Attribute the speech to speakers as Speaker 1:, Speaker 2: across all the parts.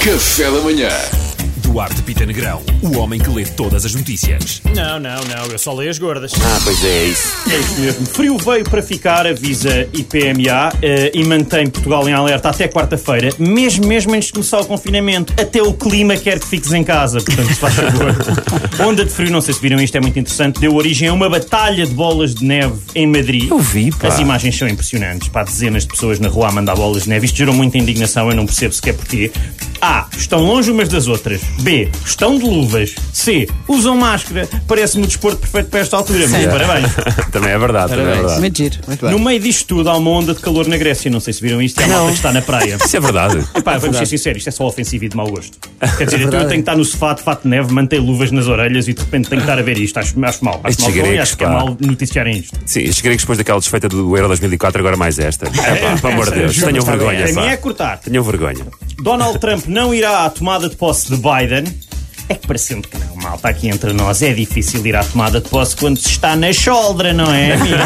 Speaker 1: Café da Manhã.
Speaker 2: Duarte Pita Negrão, o homem que lê todas as notícias.
Speaker 3: Não, não, não, eu só leio as gordas.
Speaker 4: Ah, pois é, é isso.
Speaker 3: É isso mesmo. Frio veio para ficar, avisa IPMA eh, e mantém Portugal em alerta até quarta-feira, mesmo mesmo antes de começar o confinamento. Até o clima quer que fiques em casa, portanto, se faz favor. Onda de frio, não sei se viram isto, é muito interessante, deu origem a uma batalha de bolas de neve em Madrid.
Speaker 4: Eu vi, pá.
Speaker 3: As imagens são impressionantes, pá, dezenas de pessoas na rua a mandar bolas de neve. Isto gerou muita indignação, eu não percebo sequer porquê. A. Estão longe umas das outras. B. Estão de luvas. C. Usam máscara. Parece-me o desporto perfeito para esta altura, mas parabéns.
Speaker 4: Também é verdade, também é verdade.
Speaker 5: Muito giro, muito bem.
Speaker 3: No meio disto tudo há uma onda de calor na Grécia. Não sei se viram isto, é a malta que está na praia.
Speaker 4: Isso é verdade. É
Speaker 3: Pá, vamos ser sinceros, isto é só ofensivo e de mau gosto. Quer dizer, então eu tenho que estar no sofá de fato de neve, manter luvas nas orelhas e de repente tenho que estar a ver isto. Acho, acho mal. Acho
Speaker 4: Estes
Speaker 3: mal bom, e
Speaker 4: gregos,
Speaker 3: acho que é
Speaker 4: pá.
Speaker 3: mal noticiarem isto.
Speaker 4: Sim, estes gregos depois daquela desfeita do Euro 2004, agora mais esta. É, pá, pelo amor de Deus,
Speaker 3: Juro,
Speaker 4: tenham
Speaker 3: está bem.
Speaker 4: vergonha,
Speaker 3: A mim é
Speaker 4: pá.
Speaker 3: cortar.
Speaker 4: Tenham vergonha.
Speaker 3: Donald Trump não irá à tomada de posse de Biden. É que parecendo que não, malta, aqui entre nós é difícil ir à tomada de posse quando se está na choldra, não é, amigo?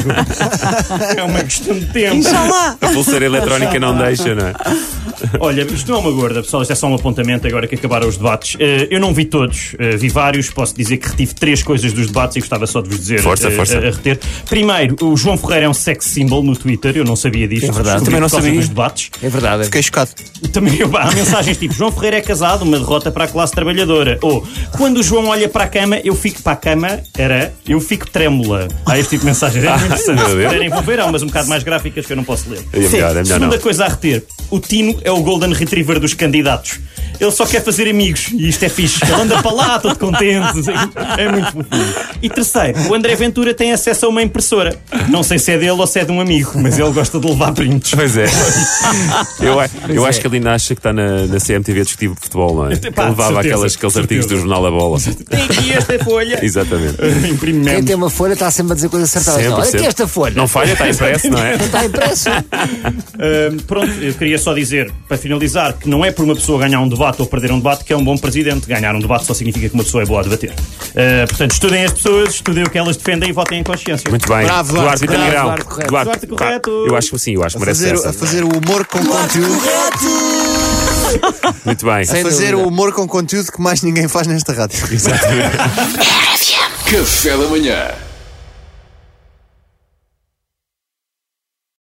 Speaker 3: é uma questão de tempo.
Speaker 4: A pulseira eletrónica não deixa, não é?
Speaker 3: Olha, isto não é uma gorda, pessoal, isto é só um apontamento agora que acabaram os debates. Eh, eu não vi todos, eh, vi vários, posso dizer que retive três coisas dos debates e gostava só de vos dizer
Speaker 4: Força,
Speaker 3: eh,
Speaker 4: força.
Speaker 3: A, a reter. Primeiro, o João Ferreira é um sex symbol no Twitter, eu não sabia disto.
Speaker 4: É verdade,
Speaker 3: descobri
Speaker 4: também não
Speaker 3: por causa
Speaker 4: sabia.
Speaker 3: dos debates.
Speaker 4: É verdade.
Speaker 5: Fiquei chocado.
Speaker 3: Também há mensagens tipo João Ferreira é casado, uma derrota para a classe trabalhadora. Ou quando o João olha para a cama, eu fico para a cama, era eu fico trêmula. Há este tipo de mensagens.
Speaker 4: Ah,
Speaker 3: É muito interessante.
Speaker 4: meu
Speaker 3: Se
Speaker 4: Deus.
Speaker 3: puderem vou ver, há umas um bocado mais gráficas que eu não posso ler.
Speaker 4: É melhor, é melhor
Speaker 3: Segunda
Speaker 4: não.
Speaker 3: coisa a reter: o Tino é o Golden Retriever dos candidatos. Ele só quer fazer amigos e isto é fixe. Ele anda para lá, todo contente. É muito fofinho. E terceiro, o André Ventura tem acesso a uma impressora. Não sei se é dele ou se é de um amigo, mas ele gosta de levar prints.
Speaker 4: Pois é. Eu, a- eu acho que ele ainda acha que está na, na CMTV a discutir futebol, não é? Que
Speaker 3: Pá,
Speaker 4: levava
Speaker 3: certeza,
Speaker 4: aquelas, aqueles artigos do
Speaker 3: certeza.
Speaker 4: jornal da bola.
Speaker 3: Tem aqui esta folha.
Speaker 4: Exatamente.
Speaker 3: Imprime
Speaker 5: Quem
Speaker 3: mesmo.
Speaker 5: tem uma folha está sempre a dizer coisas acertadas.
Speaker 4: Sempre,
Speaker 5: Olha
Speaker 4: sempre.
Speaker 5: aqui esta folha.
Speaker 4: Não falha, está impresso, não é?
Speaker 5: Está impresso.
Speaker 3: Ahm, pronto, eu queria só dizer, para finalizar, que não é por uma pessoa ganhar um debate ou perder um debate que é um bom presidente. Ganhar um debate só significa que uma pessoa é boa a debater. Ah, portanto, estudem as pessoas, estudem o que elas defendem e votem em consciência.
Speaker 4: Muito bem.
Speaker 5: Bravo,
Speaker 4: Duarte
Speaker 5: Duarte,
Speaker 4: Pita
Speaker 5: bravo,
Speaker 4: Negrão.
Speaker 5: Duarte, correto.
Speaker 3: Duarte,
Speaker 4: pá,
Speaker 3: correto.
Speaker 4: Eu acho que sim, eu acho que
Speaker 5: A
Speaker 4: merece
Speaker 5: fazer,
Speaker 4: essa. é?
Speaker 5: a fazer o humor com conteúdo.
Speaker 4: Muito bem.
Speaker 5: A fazer o humor com conteúdo que mais ninguém faz nesta rádio.
Speaker 1: Café da Manhã.